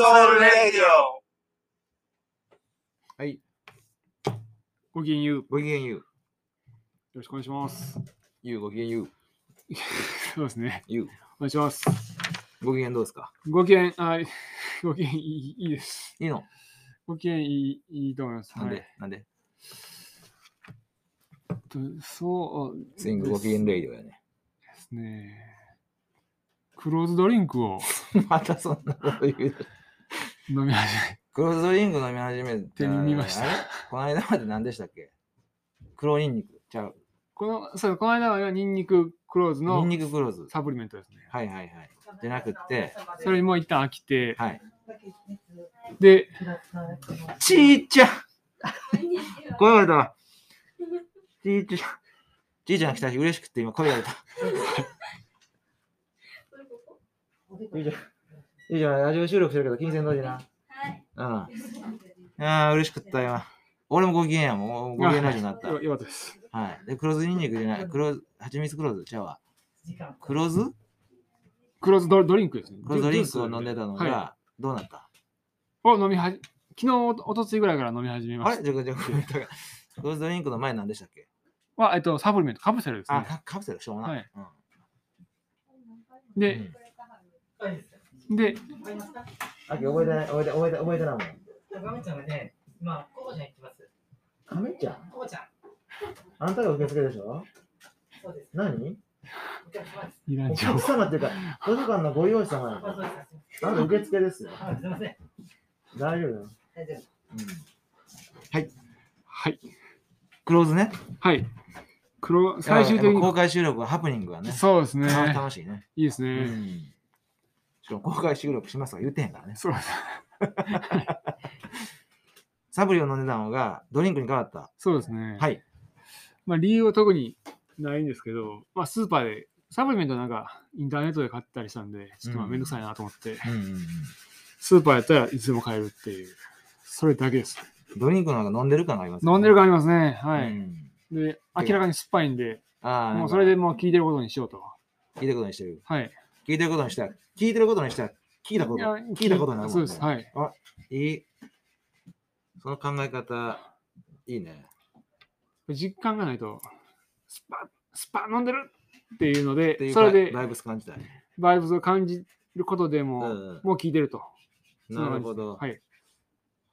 レディオはい。ごきげんよう。よごきげんゆう。ろしくお願いします。ゆうごきげんゆう。 そうですね。ゆう。お願いします。ごきげんどうですかごきげん、あ、 ごきげんいいいいです。いいのごきげんいいいいと思います。なんで、はいなんでとそうスイングごきげんレイディオやね。 ですね。クローズドリンクをまたそんなこと言う。飲み始め、クローズドリンク飲み始め手てに見ました。この間まで何でしたっけ黒ニンニク。じゃあ、この、そう、この間はニンニククローズニンのニククローズ。サプリメントですね。はいはいはい。じゃなくって、それにもう一旦飽きて、はい。で、ちーちゃん声が出たわ。ちーちゃん。ちーちゃん来たし嬉しくて今声が出た。ちーちゃん、ちーちゃんラジオ収録してるけど金銭どうじな。うん。ああ、嬉しかった、今。俺もご機嫌や、もうご機嫌ラジオになった。よよかったです。はい。で、黒酢ニンニクじゃない、黒酢、蜂蜜黒酢、ちゃうわ。黒酢クローズドドリンクですね。黒酢ドリンクを飲んでたのが、はどうなったい、を飲みはじ、昨日おとおとついぐらいから飲み始めまあしれじゃあじゃあごめんなさい 黒酢ドリンクの前何でしたっ けた。は、えっと、サプリメント、カプセルですあ、ね。かカプセル、しょうもない。はいうんうで、んで、あき覚えてない、覚えて、覚えて、覚えてないもん。ガメちゃんがね、今、ココちゃん行きます。亀ちゃんココちゃん、あんたが受付でしょそうです。何お客様です。いらん情報。様 っていうか、図書館のご用意様あ、そうです。あんた受付ですよ。あ、すみません。大丈夫よ。大丈夫。はい。黒酢ね。はい。黒、最終的やっぱ公に。開収録はハプニングがね。そうですね。楽楽しいね。いいですうね。ん。しかも公開収録しますとか言うてへんからね。そうです。サプリを飲んでたのがドリンクに変わった。そうですね。はい。まあ、理由は特にないんですけど、まあ、スーパーで、サプリメントなんか、インターネットで買ったりしたんで、ちょっとまあ、うんめんどくさいなと思って、うんうんうんスーパーやったらいつでも買えるっていう、それだけです。ドリンクの方が飲んでる感があります、飲んでる感ありますね。はい。うんで、明らかに酸っぱいんで、ああ、ももううそそれれでで。もう聞いてることにしようと。聞いたことにしてる。はい。聞いたことにしたら、聞いてることにしたら、聞いたこと。や聞いたことになるもそんうねです。はい。いい。その考え方、いいね。実感がないと、スパスパ飲んでるっていうので、っていうそれでバイブス感じたい。バイブスを感じることでも、うんうんもう聞いてると。なるほど。はい。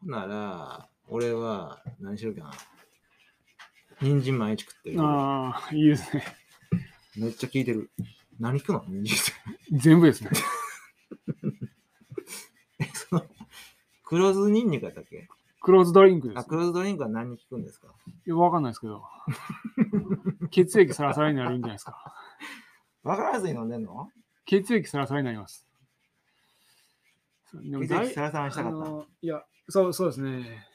ほんなら、俺は何しようかな。人参毎日食ってる。ああ、いいですね。めっちゃ聞いてる。何食うの人参って。全 部ですね。えその黒酢ニンニクだったっけクローズドリンクであ、す。黒酢ドリンクは何に効くんですかよくわかんないですけど。 血液サラサラになるんじゃないですか。分からずに飲んでんの血液サラサラになります。でも血だい液サラサラにしたかあっのいや、そうそうですね。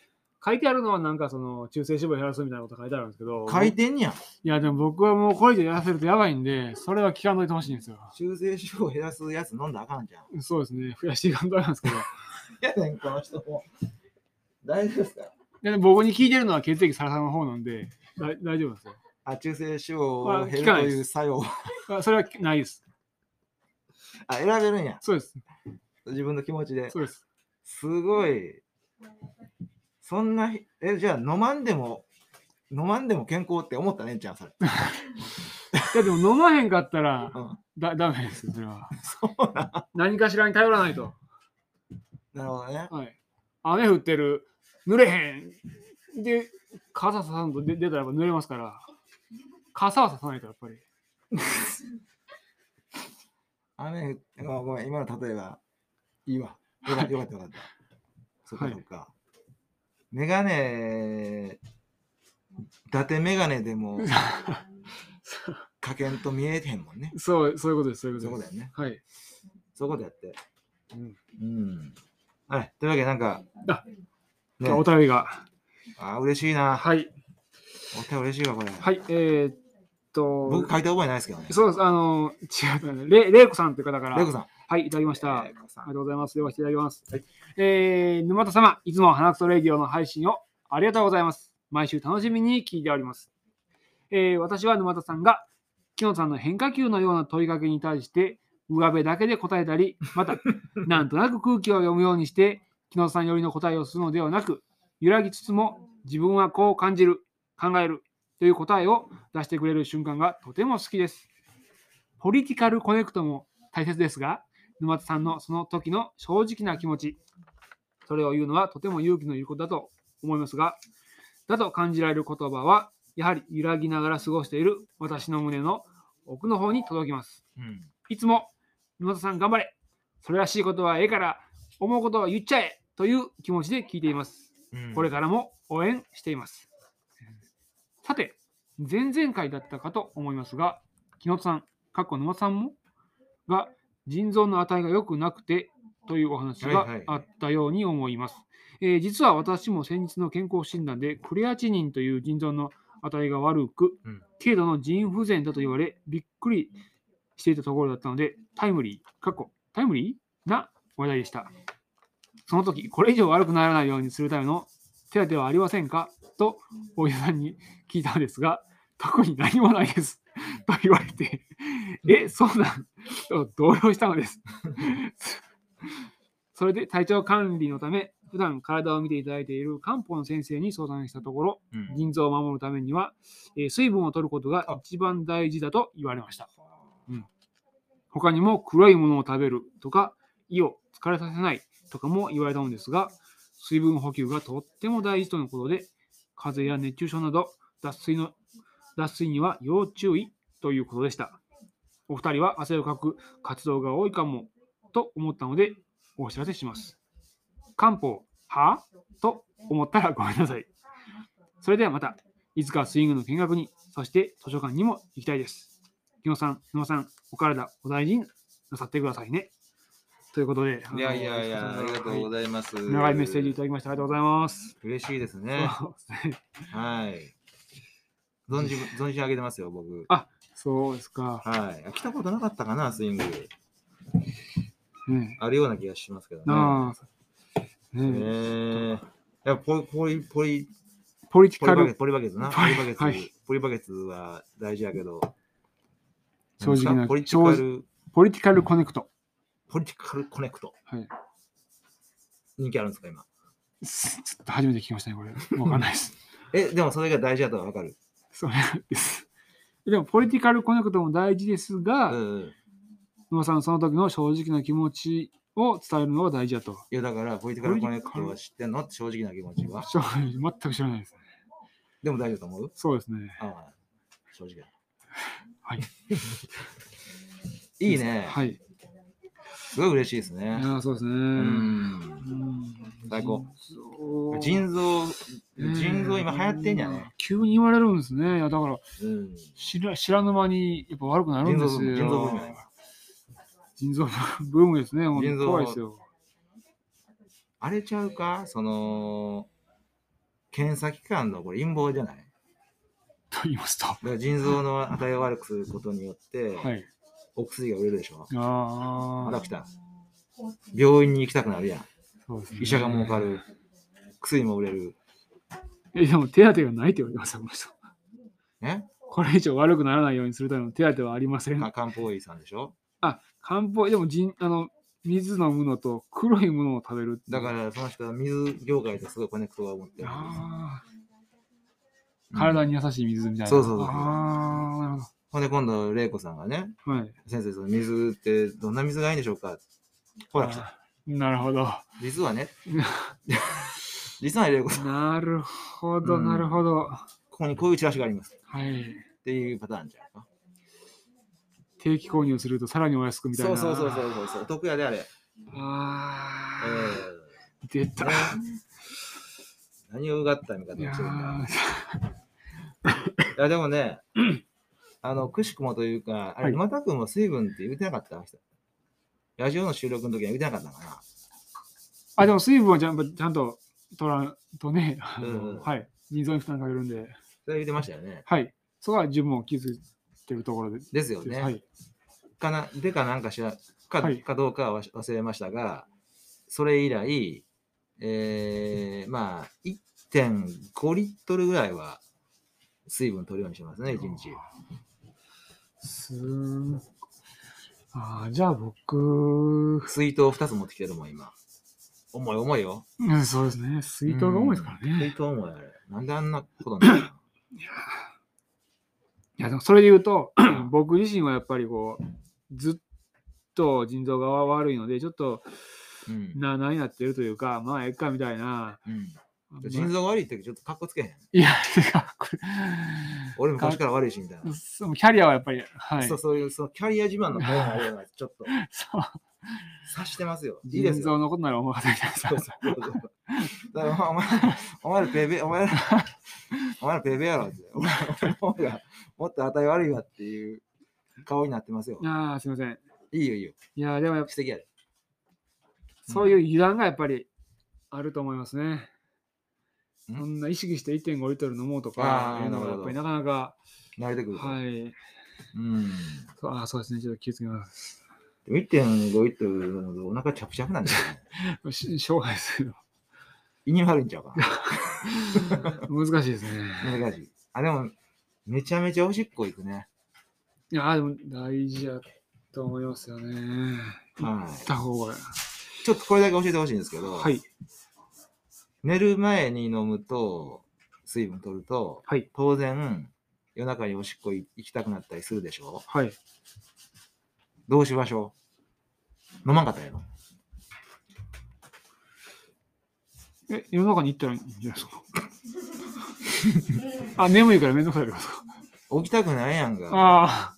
書いてあるのはなんかその中性脂肪減らすみたいなこと書いてあるんですけど、た。書いてんねやん。いやでも僕はもうこれ以上やらせるとやばいんで、それは聞かんといてほしいんですよ。中性脂肪を減らすやつ飲んだらあかんじゃん。そうですね、増やしていかんとあれなんですけど。やねん、この人も。大丈夫ですかで僕に聞いてるのは血液サラサラの方なんで、だ大丈夫なんですよ。あ、中性脂肪を減るまあと効かないでいう作用。あそれはないです。あ、選べるんや。そうです。自分の気持ちで。そうです。すごい。そんなひ、え、じゃあ飲まんでも、飲まんでも健康って思ったねんちゃん、それ。いやでも飲まへんかったらうん。だダメですよ、それは。そうなん。何かしらに頼らないと。なるほどね。はい。雨降ってる、濡れへん。で、傘ささんと出出たらやっぱ濡れますから、傘はささないとやっぱり。雨降って、ごめん、今の例えば、いいわ。よかった、よかった、よかった。そっはか、いそっか。メガネ、伊達メガネで も、かけんと見えてへんもんね。そう、そういうことです、そういうこそういうことでとす。だよね。はい。そういうことやって。うんうん。はい、というわけで、なんか、あね、お便りが。あ、嬉しいな。はい。お便り嬉しいわ、これ。はい。えー、っと、僕書いた覚えないですけどね。そうです。あの、違う。れ、れいこさんという方から。レイコさん。はい、いただきました。あレイりコさがんとうございます。では、いただきます。はいえー、沼田様、いつも花くそレディオの配信をありがとうございます。毎週楽しみに聞いております。えー、私は沼田さんが、きのさんの変化球のような問いか けに対して、上辺だけで答えたり、また、なんとなく空気を読むようにして、木野さん寄りの答えをするのではなく、揺らぎつつも自分はこう感じる、考えるという答えを出してくれる瞬間がとても好きです。ポリティカルコネクトも大切ですが、沼田さんのその時の正直な気持ち、それを言うのはとても勇気のいることだと思いますが、だと感じられる言葉は、やはり揺らぎながら過ごしている私の胸の奥の方に届きます。うん。いつも、沼田さん頑張れそれらしいことはええから、思うことを言っちゃえという気持ちで聞いています。うんこれからも応援しています。さて、前々回だったかと思いますが、木野さん、かっこ沼田さんもが腎臓の値が良くなくてというお話はいはいがあったように思います。えー実は私も先日の健康診断でクレアチニンという腎臓の値が悪く、うん軽度の腎不全だと言われびっくりしていたところだったのでタイムリー過去タイムリーな話題でしたその時これ以上悪くならないようにするための手当てはありませんかとお医者さんに聞いたのですが特に何もないですと言われてえそうなんと動揺したのですそれで体調管理のため普段体を見ていただいている漢方の先生に相談したところうん腎臓を守るためには、えー水分を取ることが一番大事だと言われました。うん、他にも黒いものを食べるとか胃を疲れさせないとかも言われたのですが水分補給がとっても大事とのことで風邪や熱中症など脱水の脱水には要注意ということでした。お二人は汗をかく活動が多いかもと思ったのでお知らせします。漢方はと思ったらごめんなさい。それではまた、いつかスイングの見学に、そして図書館にも行きたいです。木野さん、野間さん、お体お大事になさってくださいね。ということで、いやいやいや、あのありがとうごはざいます。い長いメッセージいただきましてありがとうございます。嬉しいですね。そうですねはい。存じ、存じ上げてますよ、僕。そうですか。はい。あ来たことなかったかな、スイング。ねあるような気がしますけどね。なあえねー、やっぱポリ、ポリ、ポリ、ポリティポリカバケルツ、ポリバケツな。ポポリリバケツ、はいポリバケツは大事やけど。正直なポリティカル、ポリティカルコネクト。ポリティカルコネクト。はい人気あるんですか、今。すちょっと初めて聞きましたね、これ。わかんないです。え、でもそれが大事だとはわかる。それです。でも、ポリティカルコネクトも大事ですうんが、うん。沼さん、その時の正直な気持ちを伝えるのが大事だと。いや、だから、ポリティカルコネクトは知ってんのって正直な気持ちは。正直全く知らないです。でも大丈夫と思うそうですね。ああ、正 直だ。はい。いいね。はい。すごい嬉しいですいね。や、そうですね。うん。うん最高。腎腎臓、臓腎臓今流行ってんじゃね。。急に言われるんですね。いや、だから、うん。知ら知らぬ間にやっぱ悪くなるん腎臓ですブーム、よ。腎臓ブームじゃないか。腎臓ブームですね。本当腎に臓怖いですよ。あれちゃうかその、検査機関のこれ陰謀じゃないだと言いますと。はから腎臓の値を悪くすることによって、い。お薬が売れるでしょあまた。あ来た。病院に行きたくなるやん。そうですね医者が儲かる。薬も売れる。え、でも手当てがないって言われてますよ、この人。ねこれ以上悪くならないようにするための手当てはありません。か漢方医さんでしょあ、漢方、でも人、あの、水飲むのと黒いものを食べる。。だからら、その人は水業界とすごいコネクトが持ってる。あーうん体に優しい水みたいな。そうそうそうそうああ、なるほほんで今度、玲子さんがね、ど。はい。先生、その水ってどんな水がいいんでしょうかほら来た。あーなるほど。実は ね、実は玲子さん、なるほど、うんなるほど。ここにこういうチラシがあります。はい。っていうパターンじゃんか。定期購入するとさらにお安くみたいそな。うそうそうそうそうそう、お得やであれ。えああ、ー出た。ね何をうがった見方をいやしてるんだー。いや、でも ね、あの、くしくもというか、あはれ、い沼田君も水分って言ってなかったあの人ラジオの収録の時は言ってなかったかな。あ、でも水分はちゃんとちゃんと取らんとね、あのうんうんはい。腎臓に負担かけるんで、それ言ってましたよね。はい。そこは自分も気づいてるところです。ですよね。はい。かな、でかなんかしら、か,、はいかどうかは忘れましたが、それ以来、えー、まあ、1.5リットルぐらいは水分取るようにしてますね、1日。すーん。あーじゃあ僕、水筒2つ持ってきてるもん、今。重い重いよ。うん、そうですね。水筒が多いですからうんね。水筒重いあれ。なんであんなことにな るのいや、でもそれで言うと、 僕自身はやっぱりこう、ずっと腎臓が悪いので、ちょっと、うんな、なになってるというか、まあ、ええかみたいな。うん。腎臓が悪いってちょっと格好つけへん。いや、てか、これ、俺も昔から悪いしみたいな。そのキャリアはやっぱり、はい。そそうう。そういうそのキャリア自慢のコーナーではちょっと 察してますよ。いいです腎よ。臓のことなら思わせてくださそうそうそうだからまあお前お前らペーペーお前らお前らペーペーやろって。お前お前らもっと値悪いわっていう顔になってますよい。。ああ、すいません。いいよいいよ。いや、でもやっぱ素敵やで。そういう油断がやっぱりあると思いますね。うんそんな意識して1.5リットル飲もうとかあーいうのがなやるっほぱどりなかなか、慣れてくると。はい。うん。そうあーそうですね、ちょっと気をつけます。でも1.5リットルのお腹チャプチャプなんだよね。ししょうがないです けど、胃に悪いんちゃうか 難しいですね。な。難しい。あ、でも、めちゃめちゃおしっこいくね。いやー、でも大事だと思いますよね。はた方が。い。ちょっとこれだけ教えてほしいんですけど、はい。寝る前に飲むと、水分取ると、はい。当然、夜中におしっこい行きたくなったりするでしょはい。どうしましょう飲まんかったやろえ、夜中に行ったらいいんじゃないですか。 あ、眠いからめんどくさいってことですか。起きたくないやんが。ああ。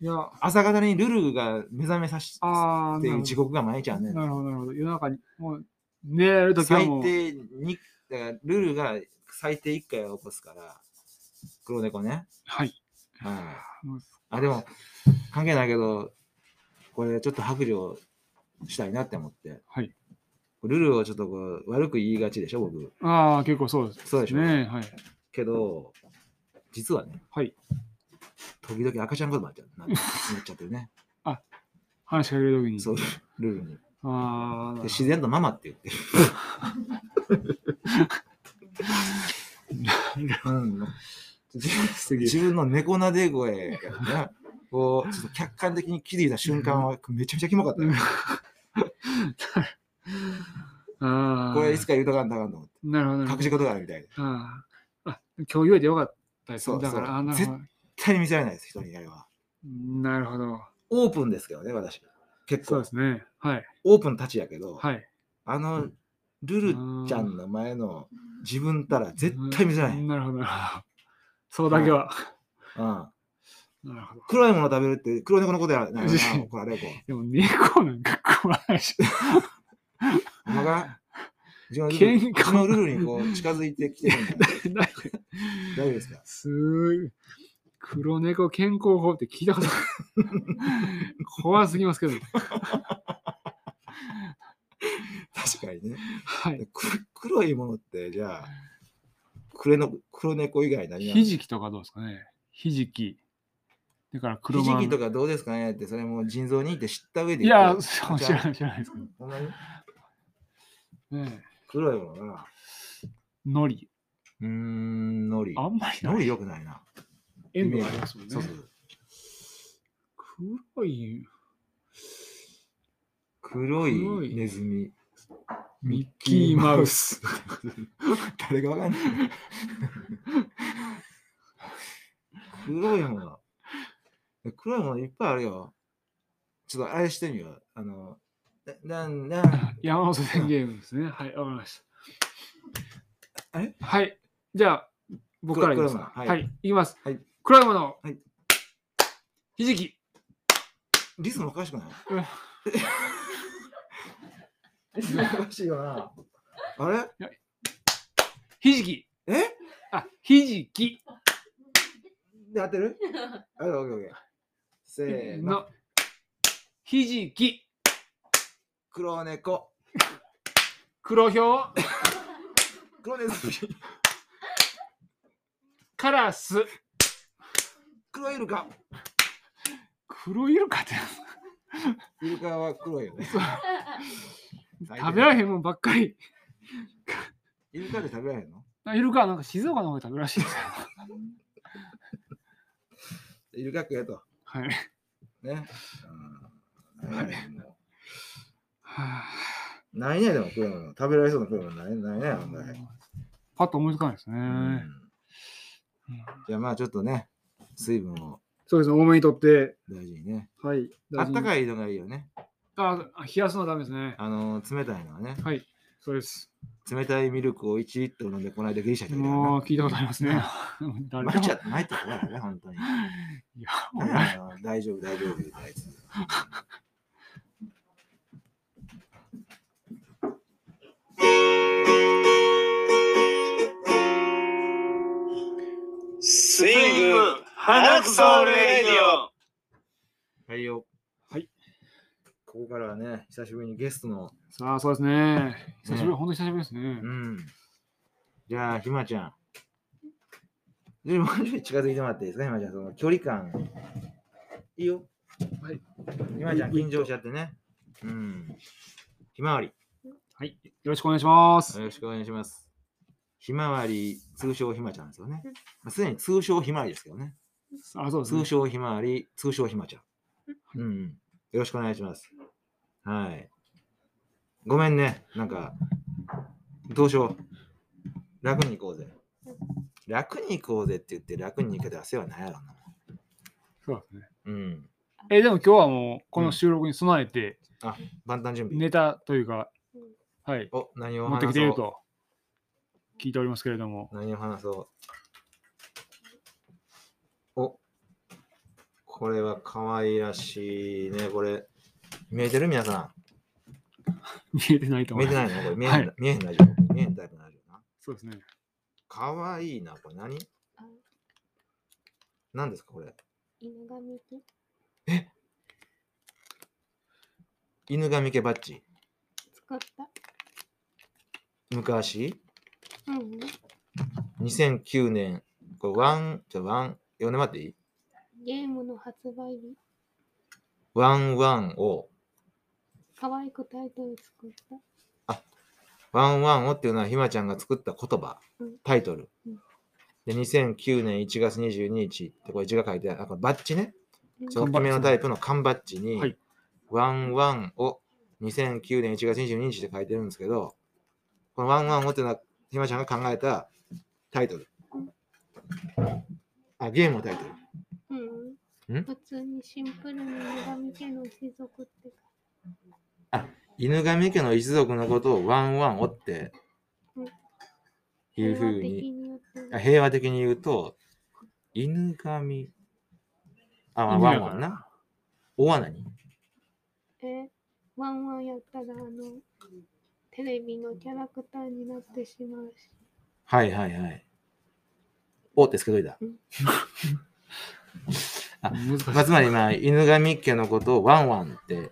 いや、朝方にルルが目覚めさしああ、っていう地獄が毎日あんねん。なるほど、なるほど。夜中に、もう、寝られるときは最もう、低にだからルルが最低1回は起こすから、黒猫ね。はい。はい。もうあ、でも、関係ないけど、これちょっと白状したいなって思って。はい。ルルをちょっとこう悪く言いがちでしょ、僕。ああ、結構そうですそうでしょ。ね。はい。けど、実はね、はい。時々赤ちゃん言葉になっちゃうななっちゃってる ね。話しかけるときに。そう、ルルに。ああで、自然とママって言ってる。うん、す自分の猫なで声がね、こう、ちょっと客観的に気づいた瞬間はめちゃめちゃキモかったよ。ああ。これいつか言うとかんとあかんと思って。なるほどなるほ隠し事があるみたいで。ど。ああ。あ、今日言えてよかったですそね。うだから、そうああ、なるほど。絶対に見せられないです、人にあれは。なるほど。オープンですけどね、私。結そう構で。すね。はい。オープンたちやけど、はい。あの、ルルちゃんの前の自分たら絶対見せない。ううんん。なるほど、なるほど。そうだけは。なるほど。黒いもの食べるって黒猫のことやないうん な。これあれこう。でも、猫なんか怖 いし。お前が、うちのルル喧嘩うちのルルにこう近づいてきてる んだ。ない大丈夫ですかすーい。黒猫健康法って聞いたことない。怖すぎますけど。確かにね。はい。く黒いものって、じゃあ、黒の黒猫以外何なのひじきとかどうですかね。ひじき。だから黒ひまんじきとかどうですかねって、それも腎臓にいいって知った上でい言やって、そう知らない、知らないですけほんまにどね。黒いものな。のり。うーん、海苔。あんまり海ない。苔良くないな。塩分ありますもんそうそね。う。黒い黒黒いいネズミ。ミッキーマウス。誰がわかんない。黒いもの。黒いものいっぱいあるよ。ちょっとあれしてみよう。あの、ななんなん、 山本宣ゲームですね。はい、わかりましあた。れはい。じゃあ、僕からいきますか。黒いものははいい、いきますはい。黒いものはい。ひじき。リズムおかしくないうん リズムおかしいよな。あれひじき。えあ、ひじきで合ってるあれ、オッケーオッケー。せーの。の。ひじき。黒猫。黒ひょう。黒ネズミ。カラス。黒イルカ。黒イルカってイルカは黒いよね。食べられへんもんばっかり。イルカで食べられへんのあイルカはなんか静岡の方で食べるらしいですよ。イルカ食えと。はい。ね。うんはあないね、でも食い物。食べられそうな食い物ないないね、あんまり。パッと思いつかないですね。うんうんじゃあまあちょっとね、水分をそうですね、多めにとって、大事にね。はい。あったい。かいのがいいよね。あ、冷やすのはダメですね。あのー、冷たいのはね。はい、そうです。冷たいミルクを1リットル飲んで、この間ギリシャで。もう聞いたことあり ますね。誰参っでもちゃ参ったからね、本当に。 いや、あの大丈夫、大丈夫言うてあいつ。スイング花くそレディオはいよ。はい。ここからはね、久しぶりにゲストの。さあ、そうですね。久しぶり、本当に久しぶりですねう。ん。じゃあ、ひまちゃん。でもうちょい近づいてもらっていいですか、ひまちゃん。その距離感。いいよ。はい。ひまちゃん、緊張しちゃってね。うん。ひまわり。はい、よろしくお願いします。よろしくお願いします。ひまわり、通称ひまちゃんですよね。まあすでに通称ひまわりですけどね。あ、そうですね通。称ひまわり、通称ひまちゃん。うんうん。よろしくお願いします。はい。ごめんね。なんか、どうしよう。楽に行こうぜ。楽に行こうぜって言って楽に行けたら世話ないやろな。そうですね。うん。え、でも今日はもう、この収録に備えて、万端準備。ネタというか、はい、お、何を持話そうってきていると聞いておりますけれども。何を話そう。お、これは可愛らしいね。これ、見えてる皆さ見えてないとん。思見いえまてす。ないのこれ見え,、はい見えへんラジオ。見えへんタイプのラジオな。そうですね。可愛いな。これ何あ何ですかこれ。犬神家犬神家バッジ。作った。昔、うんうん。 2009年、これワン、じゃワン、4年待っていいゲームの発売日、ワンワンを、可愛くタイトル作った。ワンワンをっていうのはひまちゃんが作った言葉うん、タイトルうん。で、2009年1月22日ってこれ字が書いてある、あこれバッジね。うんちょっと目のタイプの缶バッジに、はいワンワンを2009年1月22日で書いてるんですけど、このワンワンをっていうのは、ひまちゃんが考えたタイトル。あ、ゲームのタイトル。うんん普通にシンプルに犬神家の一族ってか。犬神家の一族のことをワンワンをってうんいうふう平和的に、にやってるあ平和的に言うと、犬神、あ、まあ犬だワからンワンな。おは何え、ワンワンやったらあの、テレビのキャラクターになってしまうし。はいはいはい。おってつけといた。難しい。まあ、つまり、まあ、犬神家のことをワンワンって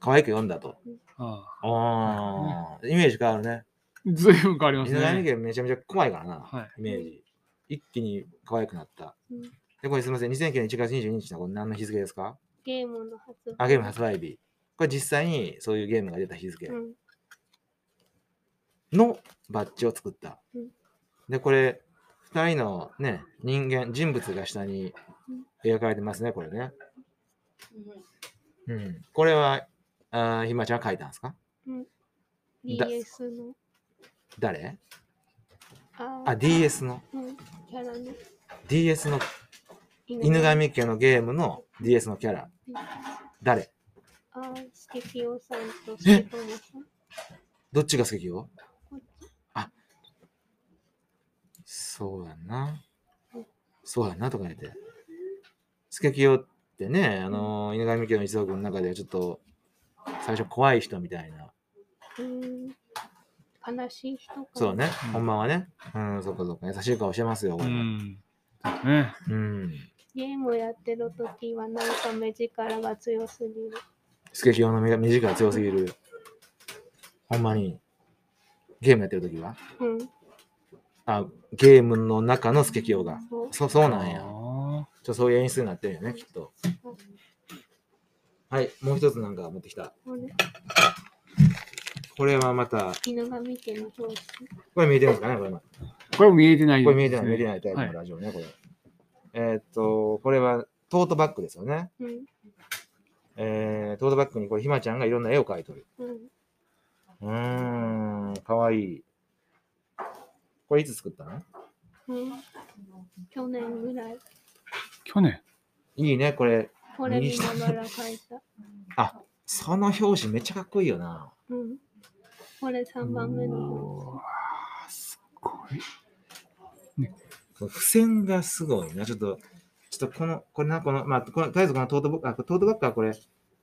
可愛く読んだと。ああああ、イメージ変わるね。随分変わります犬神ね。家めちゃめちゃ怖いからな、はいイメージ。一気に可愛くなった。うんで、これすみません、2009年1月22日のこれ何の日付ですかゲームの発売日。あ、ゲーム発売日。これ実際にそういうゲームが出た日付うん。のバッジを作ったうん。で、これ、2人のね、人間、人物が下に描かれてますね、これね。うん。これは、あーひまちゃんが描いたんですか DS の。誰ああ、DS の。うんキャラの DS の、犬神家のゲームの DS のキャラ。誰あ、スケキヨさんとスケトモさん。どっちが好きよこっそうやな。そうやなとか言って。スケキヨってね、あのー、犬神家の一族の中ではちょっと、最初怖い人みたいな。ち。うん。悲しい人かな。そうね、うんほんまはね。うん、そっかそっか。優しい顔してますよ、こうれん。そうですね。うん。ゲームやってるときはなんか目力が強すぎる。スケキヨの目が目力強すぎる。ほんまに。ゲームやってるときはうん。あ、ゲームの中のスケキヨが。そうそそうなんや。あちょそういう演出になってるよね、きっと。はい、もう一つなんか持ってきた。これ、これはまた、犬神家の表紙。これ見えてるんですかね、これ。こあこれも見えてないですね。れ見えてない、見えてないタイプはのラジオね、これ。えーっと、これはトートバッグですよね。うん。えー、トートバッグにこれ、ひまちゃんがいろんな絵を描いてる。うん。うーん、かわいい。これいつ作ったのうん、去年ぐらい、去年。いいね、これ。これ見ながら書いた。その表紙めっちゃかっこいいよな。うん、これ3番目の表うわーすっごい。この付箋がすごいな。ちょっと、ちょっとこの、これな、この、まあ、このとりあえずこのトートバッグ、あ、トートバッグはこれ、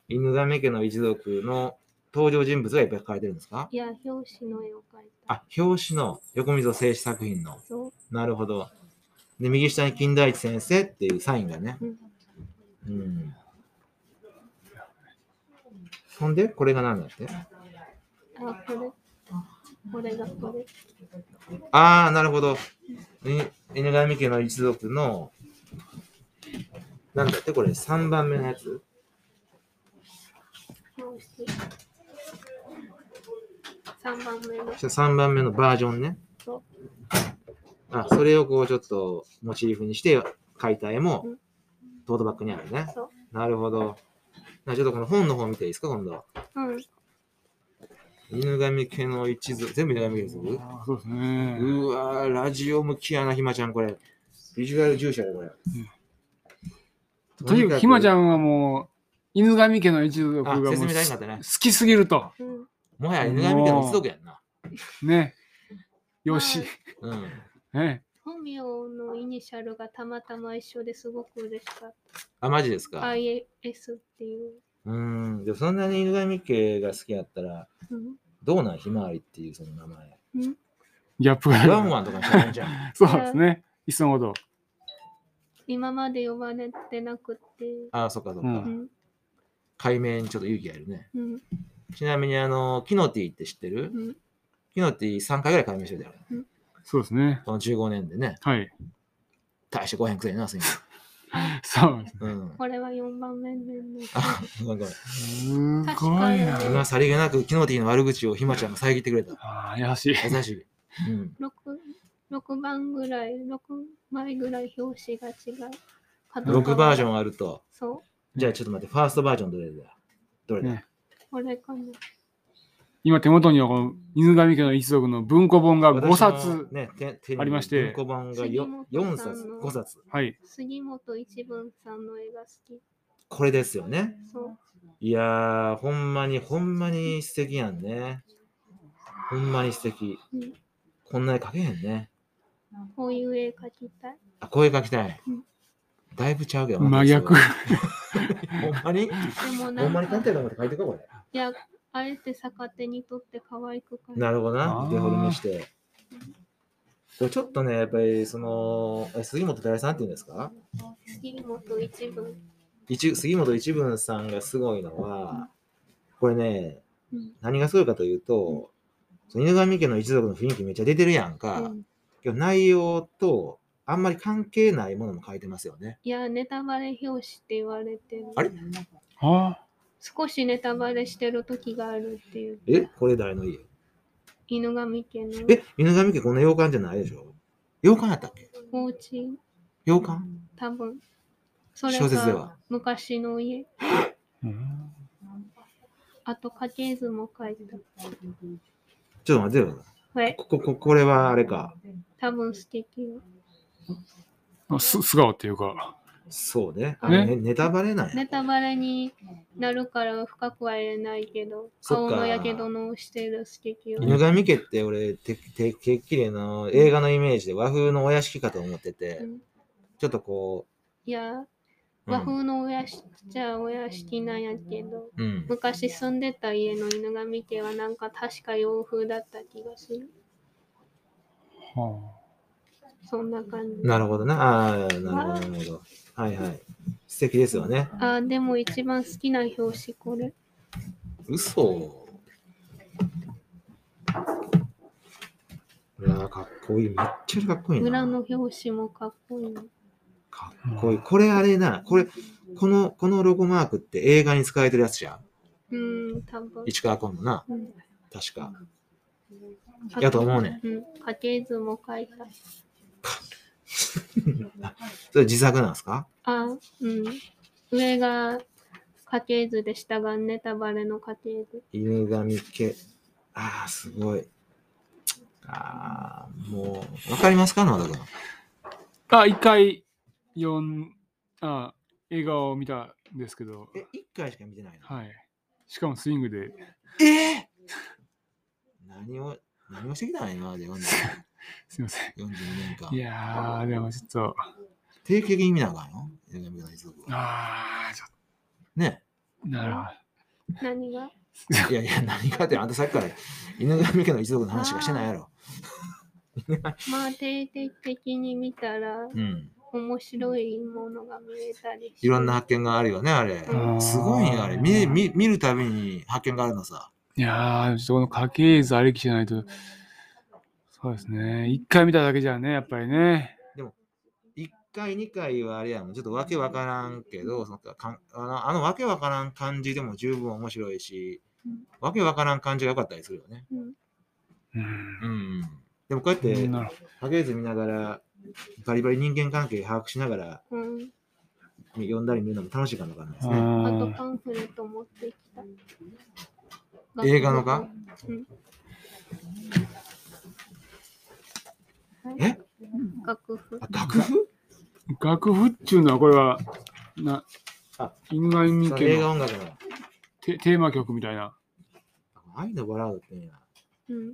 犬神家の一族の登場人物がいっぱい書かれてるんですか紙。いや、表紙の絵を描いた。あ、表紙の横溝静止作品の。そう、なるほど。で、右下に金田一先生っていうサインがね。うんうん。ほんで、これが何だってあ、これ。これがこれ。ああ、なるほど。い犬神家の一族の、なんだってこれ、3番目のやつ表紙。3番目の。 ?3 番目のバージョンねそ。あ、それをこうちょっとモチーフにして描いた絵もうんトートバッグにあるねそう。なるほど。なちょっとこの本の方見ていいですか、今度。うん、犬神家の一族、全部犬神家の一族あーそうですね。うわーラジオ向きやな、ひまちゃん、これ。ビジュアル重視やで、これ。とにかくひまちんゃんはもう犬神家の一族があもう説明大変だ好ったね。きすぎるとうん。もはや犬神家の一族やんな。ねよし、うん。ね、本名のイニシャルがたまたま一緒ですごく嬉しかっあ、マジですた。か。 IS っていう。うーん。でもそんなに犬神家が好きやったら、うんどうなんひまわりっていうその名前。ギャップがあるワンワンとかにしたらいいんじゃ ん。そうですねいっそのこと今まで呼ばれてなくて。あ、そっかそっか。うんうん、解明にちょっと勇気がいるね。うん、ちなみに、あの、キノティって知ってるうん。キノティ3回ぐらい解明してるだよね。そうですねこの15年でね。はい大してごへんくせえな、すいまそうで せん。うん。これは4番目の。あ、ごめんごめん。すねすごい確かな今、さりげなく、キノティの悪口をひまちゃんが遮ってくれた。あー優しい優しい。うん。 6, 6番ぐらい、6枚ぐらい表紙が違う。 6バージン。ョンあると。そじゃあちょっと待って、ファーストバージョンどれだどれだ、ねう、これかな。今手元にはこの犬神家の一族の文庫本が5私の冊ね、手手にありまし文て庫版が杉 4, 本さん冊、の5冊。はい杉本一文さんの絵が好き。これですよね。そう、いやー、ほんまに、ほんまに素敵やんね。ほんまに素敵。うんこんな絵描けへんね。こういう絵描きたい。あ、こういう絵描きたいうん。だいぶちゃうけどな真逆。ほんまにでもほんなまんに描かい、てると思って描いてるか、これ。いや、あえて逆手にとって可愛く描いた。なるほどあなー。デフォルメして。これちょっとね、やっぱり、その、え杉本大さんっていうんですか杉本一文。一杉本一文さんがすごいのは、これね、うん何がすごいかというと、その犬神家の一族の雰囲気めっちゃ出てるやんか、うんけど内容とあんまり関係ないものも書いてますよね。いや、ネタバレ表紙って言われてる。あれあ少しネタバレしてる時があるっていう。えこれ誰の家犬神家のえ犬神家こんな洋館じゃないでしょ洋館やったっけお家洋館多分それ小説でがは昔の家ーうんあと家系図も書いたちょっと待ってよ。はいここここれはあれか。多分素敵よあす素顔っていうかそうね。あれねネタバレなんや。ネタバレになるから深くは言えないけどそ顔っかのやけどのしてる素敵よ犬神家って俺てててっきりあの映画のイメージで和風のお屋敷かと思ってて、うんちょっとこいやう、うん、和風のお屋敷じゃお屋敷なんやけどうん、昔住んでた家の犬神家はなんか確か洋風だった気がするはそんな感じなるほどな。ああー、なるほど、なるほど。はいはい。素敵ですよね。あでも一番好きな表紙これ嘘。いやーかっこいい。めっちゃかっこいいな。裏の表紙もかっこいいかっこいい。これあれな、これ、この、このロゴマークって映画に使えてるやつじゃん。うん多分市川昆布な、うん確か。やと思うね。うん。家系図も書いた。それ自作なんですかあ、うん。上が家系図で下がネタバレの家系図。犬神家。ああ、すごい。ああ、もう、わかりますか、野田君。あ、一回、読ん、あ、映画を見たんですけど、え、一回しか見てないの。はい。しかもスイングで、えー何を、何をしてきたの今まで40すいません。 42年間。いやー、でもちょっと、定期的に見なあかんよ。米村一族はあー、ちょっね。と、なるほど。何がいやいや、何かって、あんたさっきから犬神家の一族の話しかしてないやろ。まあ定期的に見たらうん。面白いものが見えたりしていろんな発見があるよね、あれ。うんすごいね、あれ。見見見るたびに発見があるのさ。いやー、でもちょっとこの家系図ありきじゃないと、そうですね。一回見ただけじゃね、やっぱりね。 1回、2回はあれやもん、ちょっとわけわからんけど、そのかんあのあのわけわからん感じでも十分面白いしうん、わけわからん感じが良かったりするよね。うんううん。ん。でもこうやって、なるほ影図見ながら、バリバリ人間関係把握しながら、うん、読んだり見るのも楽しいかもわからないですど。ね。あとあパンフレット持ってきた。映画のかうんえ楽譜あ、楽譜ー楽譜っちゅうのは、これは、なあ、因外民その映家画の音楽の。テテーマ曲みたいな。愛のバラードってんや。うん。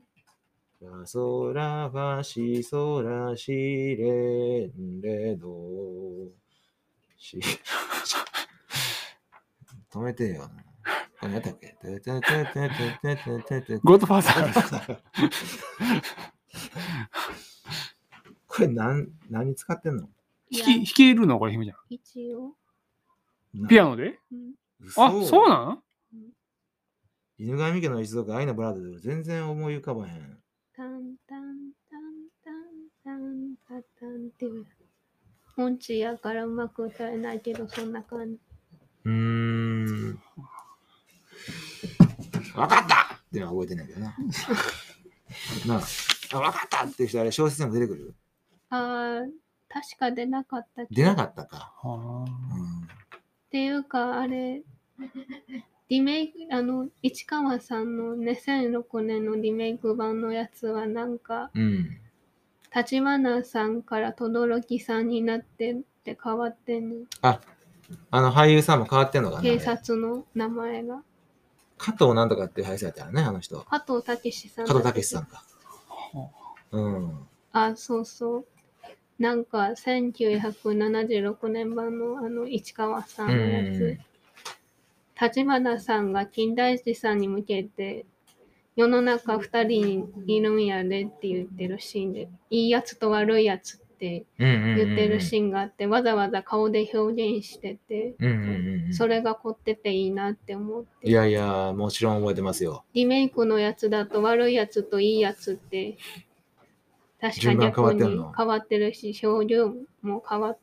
ラソラファシソラシレンレドシ止めてよ。これ何やったっけてててててててててゴッドファーザー。これ何何使ってんのいや弾、き弾けるのこれ、姫ちゃん。一応。ピアノ。ノで嘘あ、そうなの犬神家の一族愛のバラードで全然思い浮かばへん。タンタンタンタンタンタンタンっていう。音痴やからうまく歌えないけど、そんな感じ。うーん。わかったっていうのは覚えてないけど な。なあ、あわかったっていう人、あれ小説でも出てくるああ、確か出なかったっ出なかっったか。うはん。ていうか、あれ、リメイク、あの、市川さんの2006年のリメイク版のやつは、なんか、うん。立花さんから轟さんになってって変わってんの。あ、あの俳優さんも変わってんのかなあれ警察の名前が。加藤なんとかっていう俳優さんやったらね、あの人。加藤武史さんだ加っ藤け。武さんか。うん。あ、そうそう。なんか、1976年版のあの、市川さんのやつ。立花さんが金田一さんに向けて、世の中二人いるんやでって言ってるシーンで、いいやつと悪いやつってうんうんうんうん言ってるシーンがあって、わざわざ顔で表現してて、うんうんうんうん。それが凝ってていいなって思って。いやいや、もちろん覚えてますよ。リメイクのやつだと悪いやつといいやつって、確か順番変わ逆ってにんの変わってるし、表情も変わっ、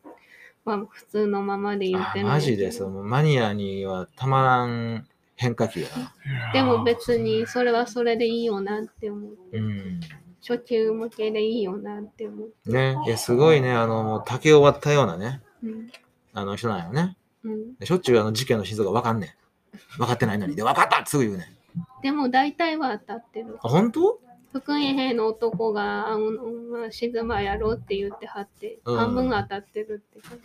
まあ普通のままで言っあてるんだけどマジで、そのマニアにはたまらん変化球やな。あでも別にそれはそれでいいよなって思う。うん。初級向けでいいよなって思う。ね、いや、すごいね、あの、もう竹を割ったようなね、うん。あの人なんよね。うん、でしょっちゅうあの事件の真相がわかんねん。分かってないのに。で、分かったってすぐ言うねん。でも大体は当たってる。あ、本当福井兵の男が、あの、静まやろうって言ってはって、うん半分当たってるって感じ。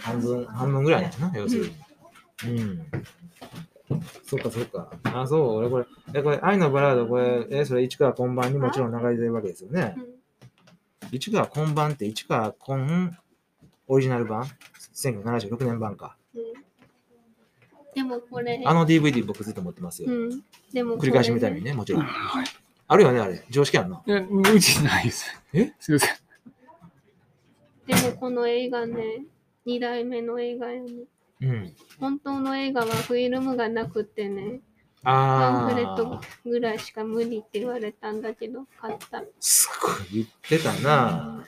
半分、半分ぐらいだな、要するに。うん。そっかそっか。あ、そう、俺これ、え、これ、愛のバラード、これ、え、それ、市川こんばんにもちろん流れてるわけですよねう。ん市川こんばんって、市川こんオリジナル版 ?1976 年版か。うん、でもこれ、あの DVD 僕ずっと持ってますよ。うん。でも繰これり返しみたいにね、もちろん。あるよね、あれ。常識あるの。いや、うちないです。えすいません。でもこの映画ね、2代目の映画やね。うん。本当の映画はフィルムがなくてね、パンあフレットあ、ぐらいしか無理って言われたんだけど、買った。すごい言ってたな。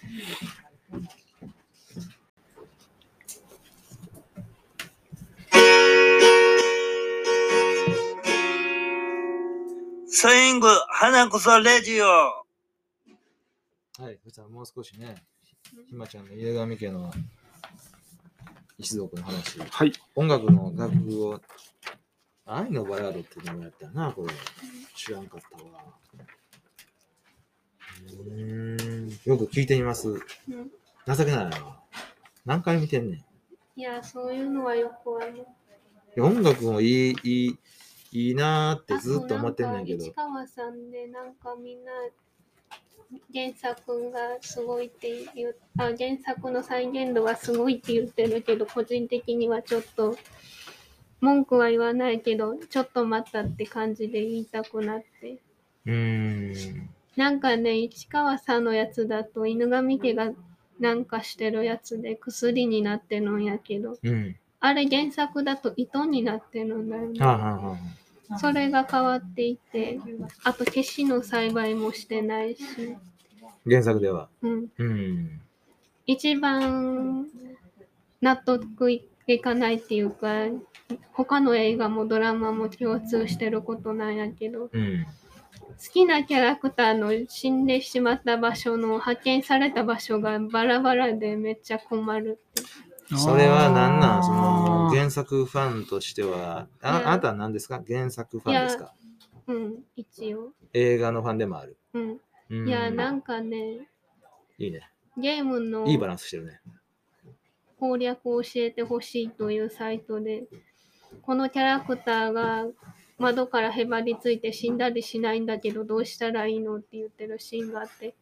スイング花こそレディオはい、そしたらもう少しね、ひまちゃんの家神家の一族の話、はい。音楽の楽譜を愛のバラードっていうのもやったな、これ。知らんかったわ。うーんよく聞いてみます。うん情けないな。何回見てんねんいいや、そういうのはよくある。や。音楽もいい、いい、いいなーってずっと思ってんねんけどあとなん。か市川さんで、なんかみんな、原作がすごいって言う、あ、原作の再現度がすごいって言ってるけど、個人的にはちょっと、文句は言わないけど、ちょっと待ったって感じで言いたくなって。うーん。なんかね、市川さんのやつだと、犬神家がなんかしてるやつで薬になってるんやけど、うん。あれ原作だと糸になってるんだよね。はあ、はあはあ、それが変わっていて、あと消しの栽培もしてないし、原作では。うん、うん。一番納得いかないっていうか、他の映画もドラマも共通してることなんやけど、うん。好きなキャラクターの死んでしまった場所の発見された場所がバラバラでめっちゃ困るって。それは何なんそあのー原作ファンとしては、あいやあなたは何ですか原作ファンですかうん、一応。映画のファンでもある。うん。うんいや、なんかね、いいね。ゲームのいいバランスしてるね。攻略を教えてほしいというサイトで、このキャラクターが窓からへばりついて死んだりしないんだけど、どうしたらいいのって言ってるシーンがあって、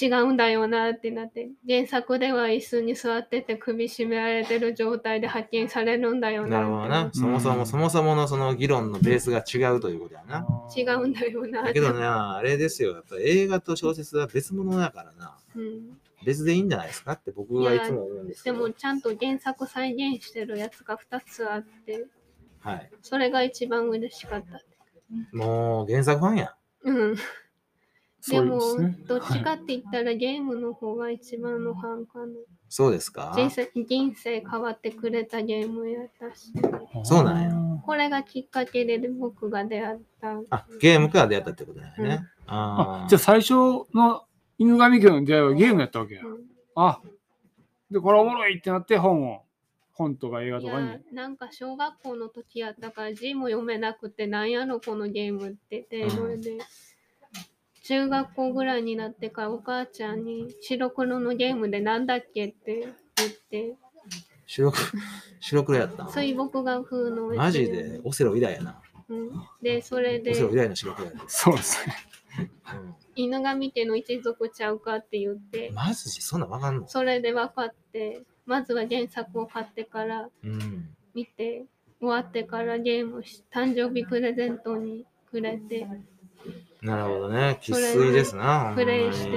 違うんだよなってなって、原作では椅子に座ってて首絞められてる状態で発見されるんだよなるほどなな。そもそも、そもそものその議論のベースが違うということやな。違うんだよなっだてけ。どね、あれですよ。やっぱ映画と小説は別物だからな。うん、別でいいんじゃないですかって僕はいつも思うんですけでど。もちゃんと原作再現してるやつが2つあって、はい。それが一番嬉しかった。もう原作ファンや。うんそでういうもことですねどっちかって言ったらゲームの方が一番のファンかな。そうですか人生人生変わってくれたゲームやったし、そうなんやや。これがきっかけで僕が出会った。あ、ゲームから出会ったってことだよね。あああ、じゃあ最初の犬神家の出会いはゲームやったわけや。あで、これおもろいってなって本を、本とか映画いとかにや。、なんか小学校の時やったから字も読めなくて、なんやろこのゲームってて、それで。中学校ぐらいになってからお母ちゃんに白黒のゲームでなんだっけって言って、白く、白黒やったん水墨画風のやマつジで、オセロ以来やな。うん、で、それでオセロ以来の白黒やでそうですね。犬神家の一族ちゃうかって言っうてん、マジでそんなんわかんのそれで分かって、まずは原作を買ってからうん。見て、終わってからゲームし、誕生日プレゼントにくれて、なるほどね。そ生れで粋ですな。プレイほんましてに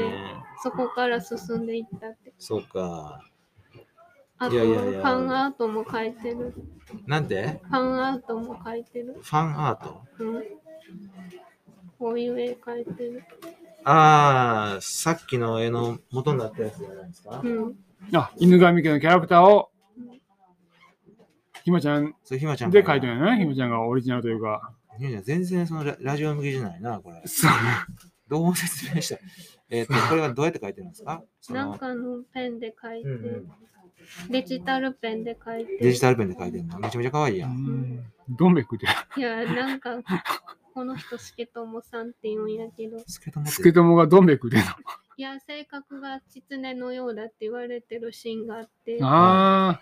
そこから進んでいったって。そうか。あと、いやフいやいやァンアートも書いてる。なんでファンアートも書いてる。ファンアートうん、こういう絵描いてる。ああ、さっきの絵の元になったやつじゃないですかう。ん、あ、犬神家のキャラクターを、ひまちゃんそれひまちゃんで書いてい。るよね。ひまちゃんがオリジナルというか。ひまちゃん全然そのララジオ向きじゃないな、これ。そう。どう説明したえっと、これはどうやって書いてるんですかそなんのかのペンで描いて、うんうんデジタルペンで描いて。デジタルペンで書いてるの。めちゃめちゃ可愛いやん。どんべくで。いや、なんか、この人、スケトモさんって言うんやけど、スケトモっスケて。トモがどんべくでの。いや、性格が狐のようだって言われてるシーンがあって、ああ。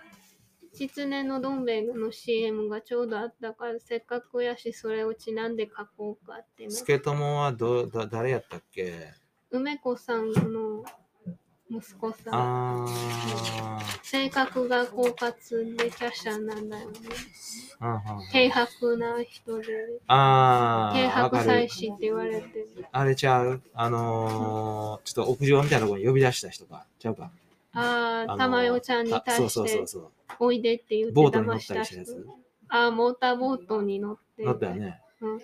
狐のどん兵衛の CM がちょうどあったから、せっかくやし、それをちなんで書こうかってなス。ケトモはど、だ、誰やったっけ梅子さんの息子さん。あ性格が狡猾で華奢なんだよね。あ、はんはん軽薄な人で、あ軽あ、わ薄か妻る。子って言われてる。あれちゃうあのー、ちょっと屋上みたいなところに呼び出した人か。ちゃうか。あああ、のー玉代ちゃんにあ対そうしそうそてう、そう。おいでって言ってボートに乗騙っしたりたしたや人。つ。あ、モーターボートに乗って。乗ったよね。うん、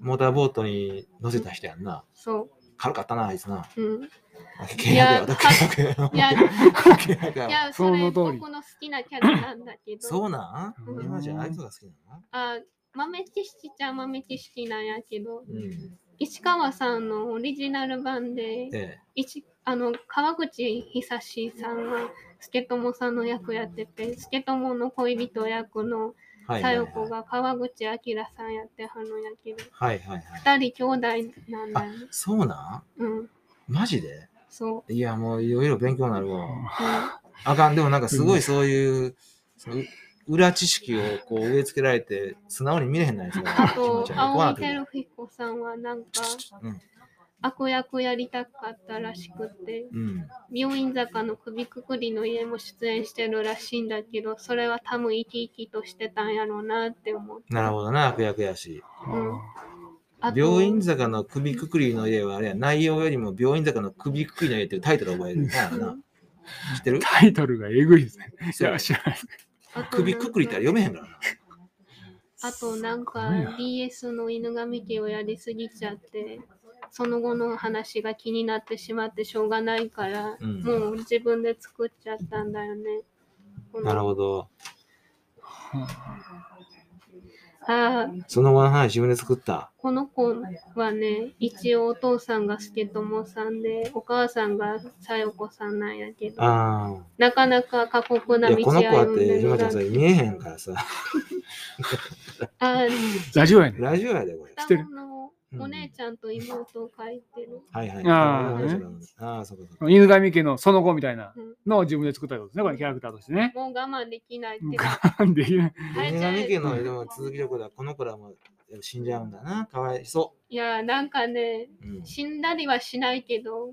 モーターボートに乗せた人やんな。そ軽かったな、あいつな。う。うん、契約やわ。契約やわいや、い契約やわ。 や、そそれの通り僕の好きなキャラなんだけど。そうなんうん今じゃああいつが好きなのあ豆知識ちゃ豆知識なんやけど、うん。市川さんのオリジナル版で、え一あの川口久志さんが助友さんの役やってて、助友の恋人役のはいは小い夜はい子が川口明さんやってはるんやけど、はいはいはい。二人兄弟なんだよね。そうなんうん、マジでそう。いや、もういろいろ勉強になるわ。うあかん、でもなんかすごいそういう、そのう裏知識をこう植え付けられて、素直に見れへんないですん、かあ気持とち、悪い怖な青っ木てくる照彦さんはなんかうん悪役やりたかったらしくて、うん。病院坂の首くくりの家も出演してるらしいんだけど、それは多分生き生きとしてたんやろうなって思う。なるほどな、悪役やし。うんあと病院坂の首くくりの家はあれや、内容よりも病院坂の首くくりの家っていうタイトル覚えるな。な知ってるタイトルがえぐいですね。いそうや、知らない。あと首くくりってあれ読めへんからな。あとなんかすごいな BS の犬神家をやりすぎちゃってその後の話が気になってしまってしょうがないから、うんもう自分で作っちゃったんだよね。なるど。ほど。あーその後の話自分で作った。この子はね一応お父さんが助友さんでお母さんが小夜子さんなんやけどああ。なかなか過酷ない道や、この子だっ歩んて、でひるまちゃらん、それ見えへんからさ。あーラジオやね。ラジオやで、これ。双子のうんお姉ちゃんと妹を描いてる。はいはい。あーラジオねなのにあー、そうかそうか。犬神家のその後みたいなうんのを自分で作ったってことですね、これキャラクターとしてね。もう我慢できないっていうガンできない。はい犬じゃあ神家のでも続きの子だ、この子らも死んじゃうんだな。かわいそいやーなんかねう。うん。死んだりはしないけど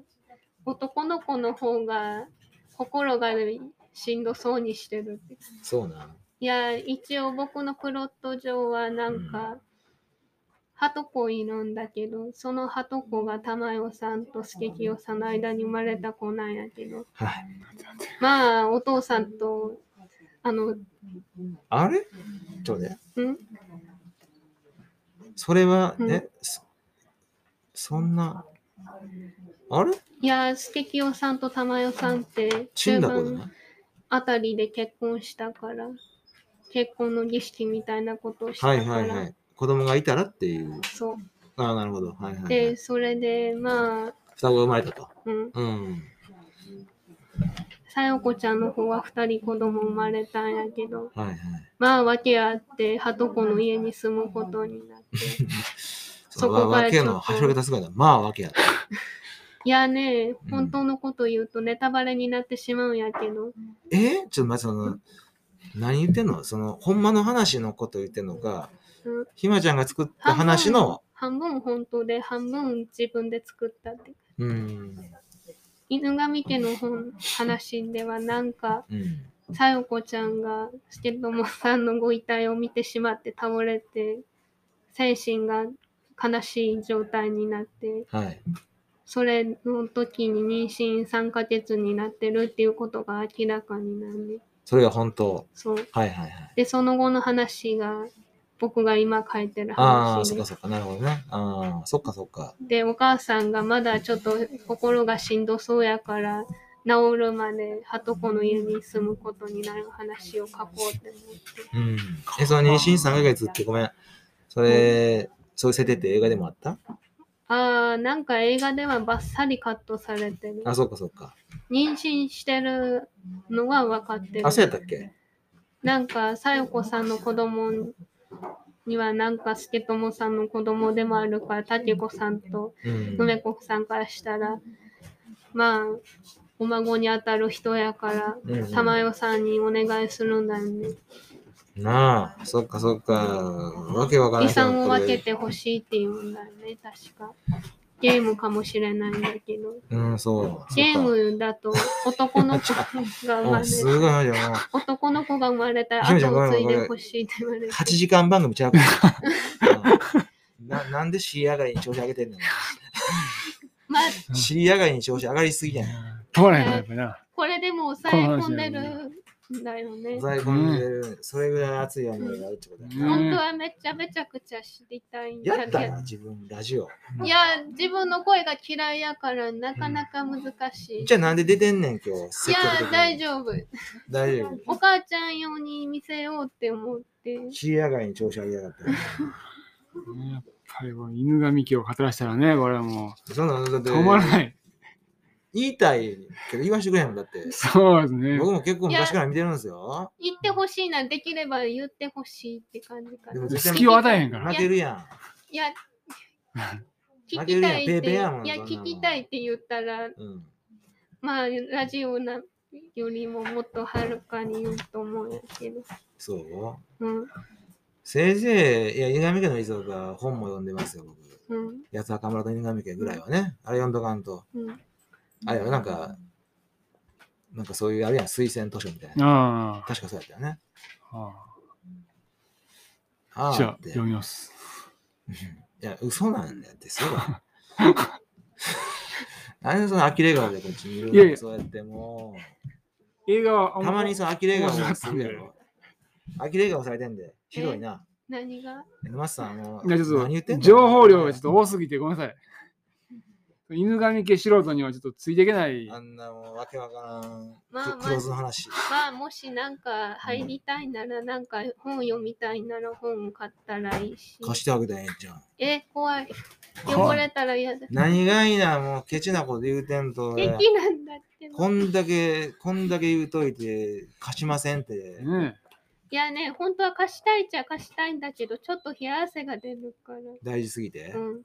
男の子の方が心がしんどそうにしてるってそうな。いやー一応僕のプロット上はなんか、ハトコいるんだけどそのハトコが玉代さんと助清さんの間に生まれた子なんやけどはい。まあお父さんとあのんあれちょっとね。それは、うんね、そそんな。あれいやー助清さんと玉代さんって死んだ中こと盤ないあたりで結婚したから結婚の儀式みたいなことをしたかはら、いはいはい。子供がいたらっていう。そああ、なるほど。はいはうい、はでい。それでまあ双子が生まれたと。うんうん。さよこちゃんの方は2人子供生まれたんやけどはいはい。まあ訳あってはとこの家に住むことになってそそここががわけちょっのと走り方すごいな。まあわけやった。いやね本当のこと言うとネタバレになってしまうんやけどえーちょっと待って、その、何言ってんのその、ほんまの話のこと言ってんのかうん、ひまちゃんが作った話の、半分本当で半分自分で作ったってうん、犬神家の本話ではなんかうん。さよこちゃんが助友さんのご遺体を見てしまって倒れて精神が悲しい状態になってはい。それの時に妊娠3ヶ月になってるっていうことが明らかになるねそれが本当。そうはいはいはい。でその後の話が僕が今書いてるああ、話そっねかそっか。なるほどね。ああ、そっかそっか。でお母さんがまだちょっと心がしんどそうやから治るまで鳩子の家に住むことになる話を書こうって思って。うん。え、その妊娠3ヶ月ってごめん。それ、そういう設定って映画でもあったああ、なんか映画ではバッサリカットされてる。あ、そっかそっか。妊娠してるのは分かってるあ、。そうやったっけなんか、さよこさんの子供には、なんか、助友さんの子供でもあるから、たけこさんとうん。梅子さんからしたら、まあ、お孫にあたる人やからうんうん、玉代さんにお願いするんだよね。なあ、そっかそっか。わけわから遺ない。産を分けてほしいって言うんだよね、確か。ゲームかもしれないんだけど。うん、そう。ゲームだと男の子が生そっかまおれすごいなじゃあもう男の子が生まれたらひまちゃん後を継いごめんでごめんほしいって言われて8時間番組ちゃうからうんななんで尻上がりに調子上げてんのまあ尻上がりに調子上がりすぎやねん。止まらへんな、やっぱりな。これでも抑え込んでるんだよね在庫に入れる、それぐらい熱い思いがあるってことやうんな。本当はめちゃめちゃくちゃ知りたいんやだったけな、自分、ラジオ。どいや自分の声が嫌いやからなかなか難しい、じゃあなんで出てんねん、今日。い積極的やに大丈夫大丈夫。お母ちゃん用に見せようって思って尻上がりに調子上げやがった。やっぱりこう犬神家を語らせたらね、我々もそんなのだって、止まらない。言いたいけど言わしてくれへんもんだって。そうですね。僕も結構昔から見てるんですよ。言ってほしいな、できれば言ってほしいって感じかでもな。絶対隙を与えへんから。負けるやん。いや、聞負けきるやんたいって、ペーペーいややもん、そんなの聞きたいって言ったら、うん。まあ、ラジオなよりももっとはるかに言うと思うんやけど。そううん、せいぜい、いや、犬神家の一族は本も読んでますよ、僕。うん、八つ墓村と犬神家ぐらいはね。あれ読んどかんと。うん。あれはなんか、なんかそういう、あるやん、推薦図書みたいな。あ確かそうやったよね。ああああ。じゃああっ、て。読みます。いや、嘘なんだって、そうだ。何でその呆れ顔でこっち見るのいやいやそうやっても映画はあう。んたまにその呆れ顔面白かったするやろ。呆れ顔されてんで、ひどいな。何が沼津さんもういやちょ何言っってんとの情報量がちょっと多すぎてご めんなさい。犬神家素人にはちょっとついていけない。あんなもうわけわからん。まクあまあクローズの話。まあもしなんか入りたいならなんか本読みたいなら本買ったらいいし。貸してあげたらええんじゃん。え、怖い。怖い汚れたら嫌だ。で何がいいな、もうケチなこと言うてんと。き俺なんだってば。こんだけ、こんだけ言うといて、貸しませんって。ねいやね、本当は貸したいっちゃ貸したいんだけど、ちょっと冷や汗が出るから。大事すぎてう。ん、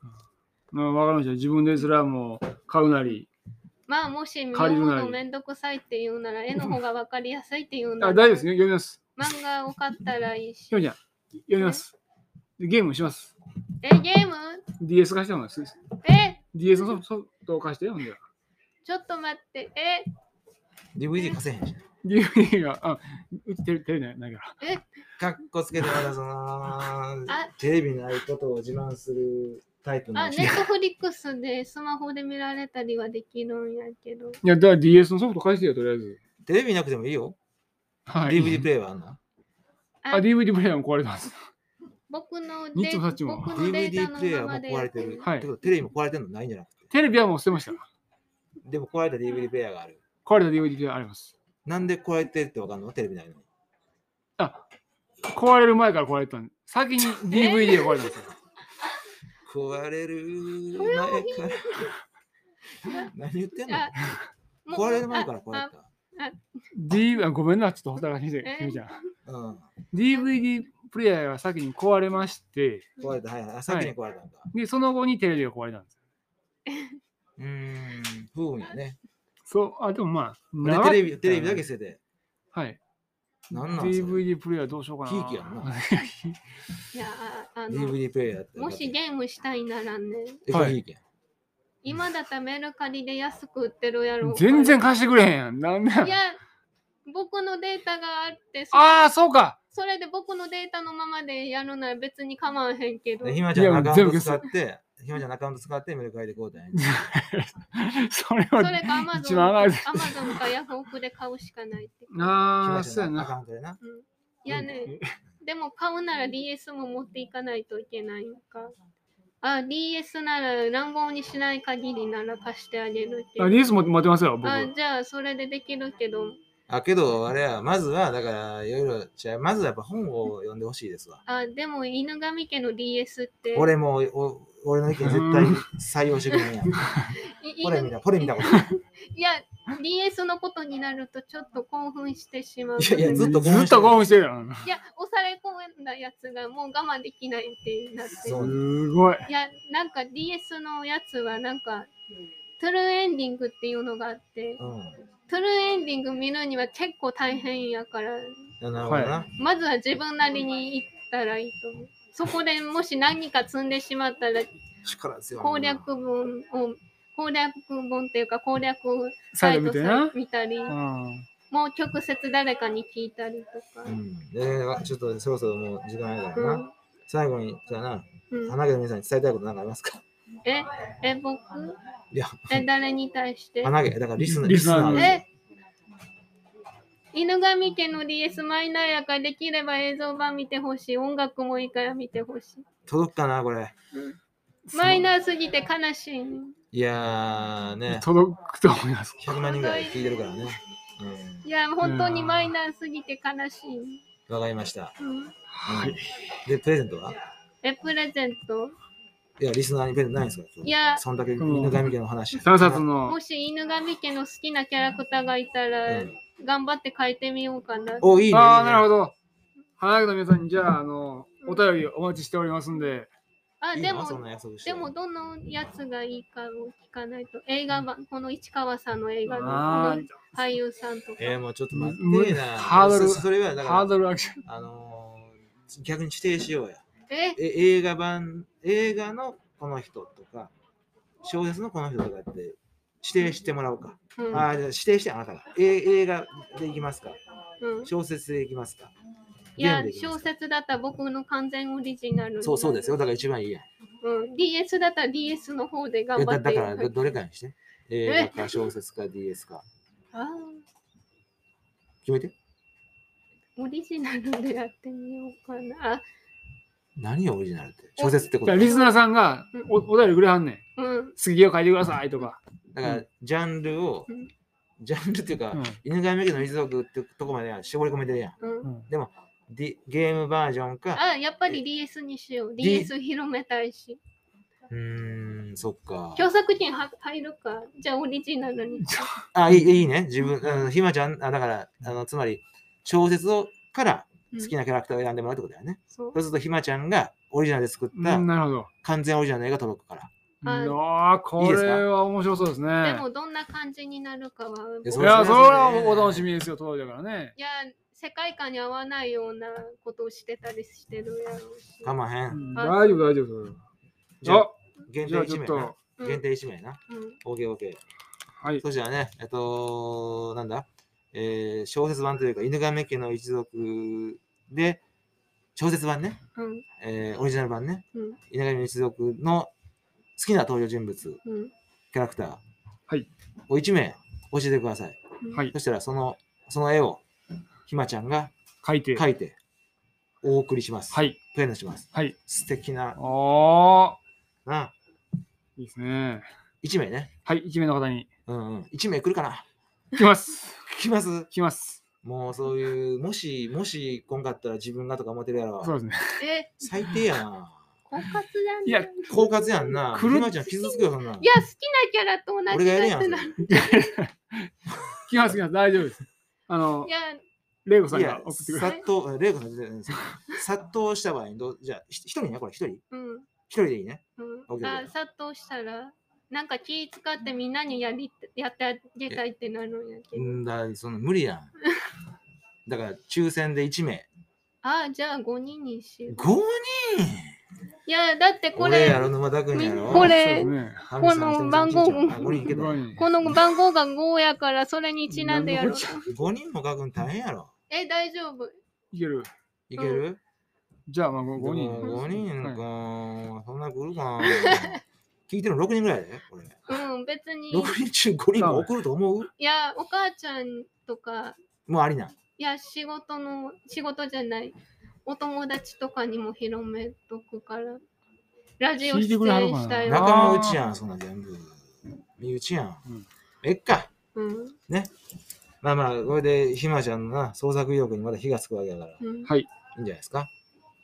まあ、わかりました。自分ですらもう買うなり。まあもし見借るりるなりのめんどくさいって言うなら、絵の方がわかりやすいって言うあな大ら、丈夫ですよ。読みます。漫画を買ったらいいしひ。みちゃん、読みます。ゲームします。え、ゲーム DS 貸してもらいます。え、 DS のソフトを貸して、ほんで。ちょっと待って。え、 DVD 貸せへんじゃん。 DVD が、あ、うちテレビテレビないから。かっこつけてまだそのあテレビないことを自慢するタイプのあ、人ネットフリックスでスマホで見られたりはできるんやけど。いや、だから DS のソフト貸してよ、とりあえず。テレビなくてもいいよ。はい。 DVD プレイはあんのあ、DVD プレイヤーも壊れてます。僕のニッデチもサッチも僕のデー ?DVD タのプレイまはもうまでや壊っれててるる。はいてかテレビも壊れてるのないんじゃなくて。テレビはもう捨てました。でも壊れた DVD プレイヤーがある。壊れた DVD プレイヤーあります。なんで壊れてるってわかんのテレビないのに。壊れる前から壊れてたんで、先 に DVD が壊れたんですよ。壊れる前から。何言ってんのあもう壊れる前から壊あれた。 D、あごめんな、ちょっと働かせてえ、ひみちゃん。うん。 DVD プレイヤーが先に壊れまして、壊れた。はい。あ先に壊れたんだ。で、その後にテレビが壊れたんですよ。うーん。不運やね。そう、あ、でもまあ、俺長いテレビ、テレビだけ捨てて。はい。なんなんそれ DVD プレイヤーどうしようかな。ひいきやんないやああの ?DVD プレイヤーだって。もしゲームしたいならね、え、これいいけん。今だったらメルカリで安く売ってるやろ。 全然。貸してくれへんやん。なんでやいねんや、僕のデータがあってそ、ああ、そうか。それで僕のデータのままでやるなら別に構わへんけど。でひまちゃんのアカウンいやト使って、ひまちゃんのアカウント使ってメルカリで買うたんや。それそは。れかアマ一ゾン番上がるアマゾンかヤフオクで買うしかないって。ひあまあ、ちそうゃやんのアな。カウントでな。いやね、でも買うなら DS も持っていかないといけないんか。あ、DS なら乱暴にしない限りなら貸してあげるけどあ、。ニュースも待ってますよ、僕。あじゃあそれでできるけど、あ、けど、あれや、まずは、だから、いろいろ、じゃあまずはやっぱ本を読んでほしいですわ。あでも犬神家の DS って、俺も、お俺の意見絶対採用してくれ んやん。いこれ見犬た、これ見たことない。いや、DS のことになるとちょっと興奮してしまう。いやいやずっと興奮してるずっと興奮してるやん。いや押され込んだやつがもう我慢できないってなって。そうすごい。いや、なんか DS のやつはなんか、トゥルーエンディングっていうのがあって、うトゥルーエンディング見るには結構大変やから、ん。なるほどな。はまずは自分なりに行ったらいいと思う。そこでもし何か積んでしまったら力強いな。攻略本を攻略本っていうか攻略サイド見てサイなト。見たり、うんもう直接誰かに聞いたりとかう。ん。で、わちょっとそろそろもう時間ないかうらんな。最後に、じゃあな、うん、花毛の皆さんに伝えたいことなんかありますかえ、え、僕いや、え、誰に対して花毛、だからリスナー、リスナーのですえ犬神家の DS マイナーやからできれば映像版見てほしい。音楽もいいから見てほし届くかな、これ。い。マイナーすぎて悲しいね。いやーね、届くと思います。 100万人ぐらい聞いてるからね。いや、本当にマイナーすぎて悲しいね、うん。わかりました。うんうんで、プレゼントはえ、プレゼントいや、リスナーにペンないんですかいやそんだけ犬神家の話。 3冊もの、し犬神家の好きなキャラクターがいたうら、ん頑張って書いてみようかな。お、いいね。ああ、なるほど。ど。花屋の皆さんに、じゃあ、あの、お便りお待ちしておりますんで、あ、いいでなそんも、な約束してでも、どのやつがいいかを聞かないと。映画版、この市川さんの映画あのこの俳優さんとか。えー、もうちょっと待むってえな。むハードルそそれは、あ、だハーかドルアクション。ら、あのー、逆に指定しようや。え、え映画版、映画のこの人とか、小説のこの人とかって指定してもらおうか。うん、あーじゃあ指定してあなたが。え映画でいきますかうん。小説でいきますかいゲやームで、いきま小すか説だったら僕の完全オリジナル。そうそうですよ。だから一番いいやん。うん、DS だったら DS の方でえ頑張だってだいからどく。どれかにして。映画か小説か DS か。あ決めて。ーオリジナルでやってみようかな。あ、何よオリジナルって。小説ってこじゃとあリスナーさんがおお便りくれはんねん。うん。次を書いてくださいとか。だから、ジャンルをうん、ジャンルっていうか、うん犬神家の一族ってとこまでは絞り込めてるやん。うん、でも、D、ゲームバージョンか、あ、やっぱり DS にしよう。 D- DS 広めたいし。うーん、そっか。共作品は入るか。じゃあオリジナルに。あ、いいいいね。自分、うんひまちゃん、あだから、あのつまり、小説をからうん好きなキャラクターを選んでもらうってことだよね。そうそ。うすると、ひまちゃんがオリジナルで作っうんたなるほど。完全オリジナルの絵が届くから。あああ、これは面白そうですね。でもどんな感じになるかは。やいそいうや、それはそうですねお楽しみですよ、当時だからね。や、世界観に合わないようなことをしてたりしてるやろうし。かまへ。うんんあ大丈夫、大丈夫。じゃああ、限じ定ゃあち1ょ名っなと。。うん限定1名な。うん、 OK、OK。はい。そしたらね、えっと、なんだ、えー小説版というか、犬神家の一族で、小説版ね、うん、えーオリジナル版ね、うん犬神家の一族の好きな登場人物、うん。キャラクター、はいを1名教えてください。はいそ。したら、その、その絵を、ひまちゃんが書いて。は描いて、お送りします。い。プレゼントします。はい。素敵な、ああ、ないいですね。 1名ね。はい、1名の方に。うんうん。1名来るかな来ます。来ます来ます。もうそういう、もし、もし、こんかったら自分がとか思ってるやろ。そうですね。え、最低やな。婚活だね。いやい狡猾やんな。狂っひまちゃん傷つくよ、そんなん。や好きなキャラと同俺じがやるややん。つそれなの。来ます、来ます。大丈夫です。あのい、や、レイコさいんがや、送ってくれ殺到、レイコさん、殺到した場合にどう、じゃあ、ひ一人ね、これ一人一うん。人でいいね。うオッん、ケーあオッケー殺到したら、なんか気使ってみんなにやりやってあげたいってなるんやけど。んだ、その無理やん。 だから、抽選で1名。あじゃあ5人にしよう。 5人いや、だってこ俺やれ、ろ、沼田君やろ。みそこれうですねハミさんこの番号人見ちゃんあ五人いけすたごいねこの番号が5やから、それにちなんでやろう。 5人も書くん大変やろ。え、大丈夫。いける。いける、じゃあ、まあ、5人。 5人はいか、そんな来るかな。聞いてるの6人ぐらいやで、これ。うん、別に。 6人中5人が送ると思ういや、お母ちゃんとか、もうありなん。いや、仕事の、仕事じゃない、お友達とかにも広めとくから、ラジオ聞い出てくれはる演かなしたなよ。仲間内やん、そんな全部。身内やん。うんえっか。うん。まあまあ、これでひまちゃんのな創作意欲にまだ火がつくわけだから、いうんはい。いんじゃないですか。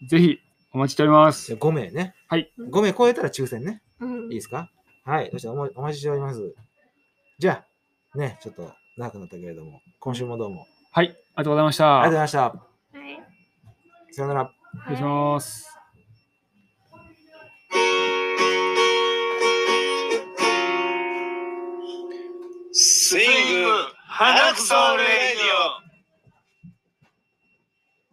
ぜひ、お待ちしておりますじゃ。あ5名ね。はい5名超えたら抽選ね。うんいいですか。はい。そしておもお待ちしております。じゃあ、ね、ちょっと長くなったけれども、今週もどうも。はい。ありがとうございましあた。りがとうございまはいした。さよなら。失礼します。スイング花草レ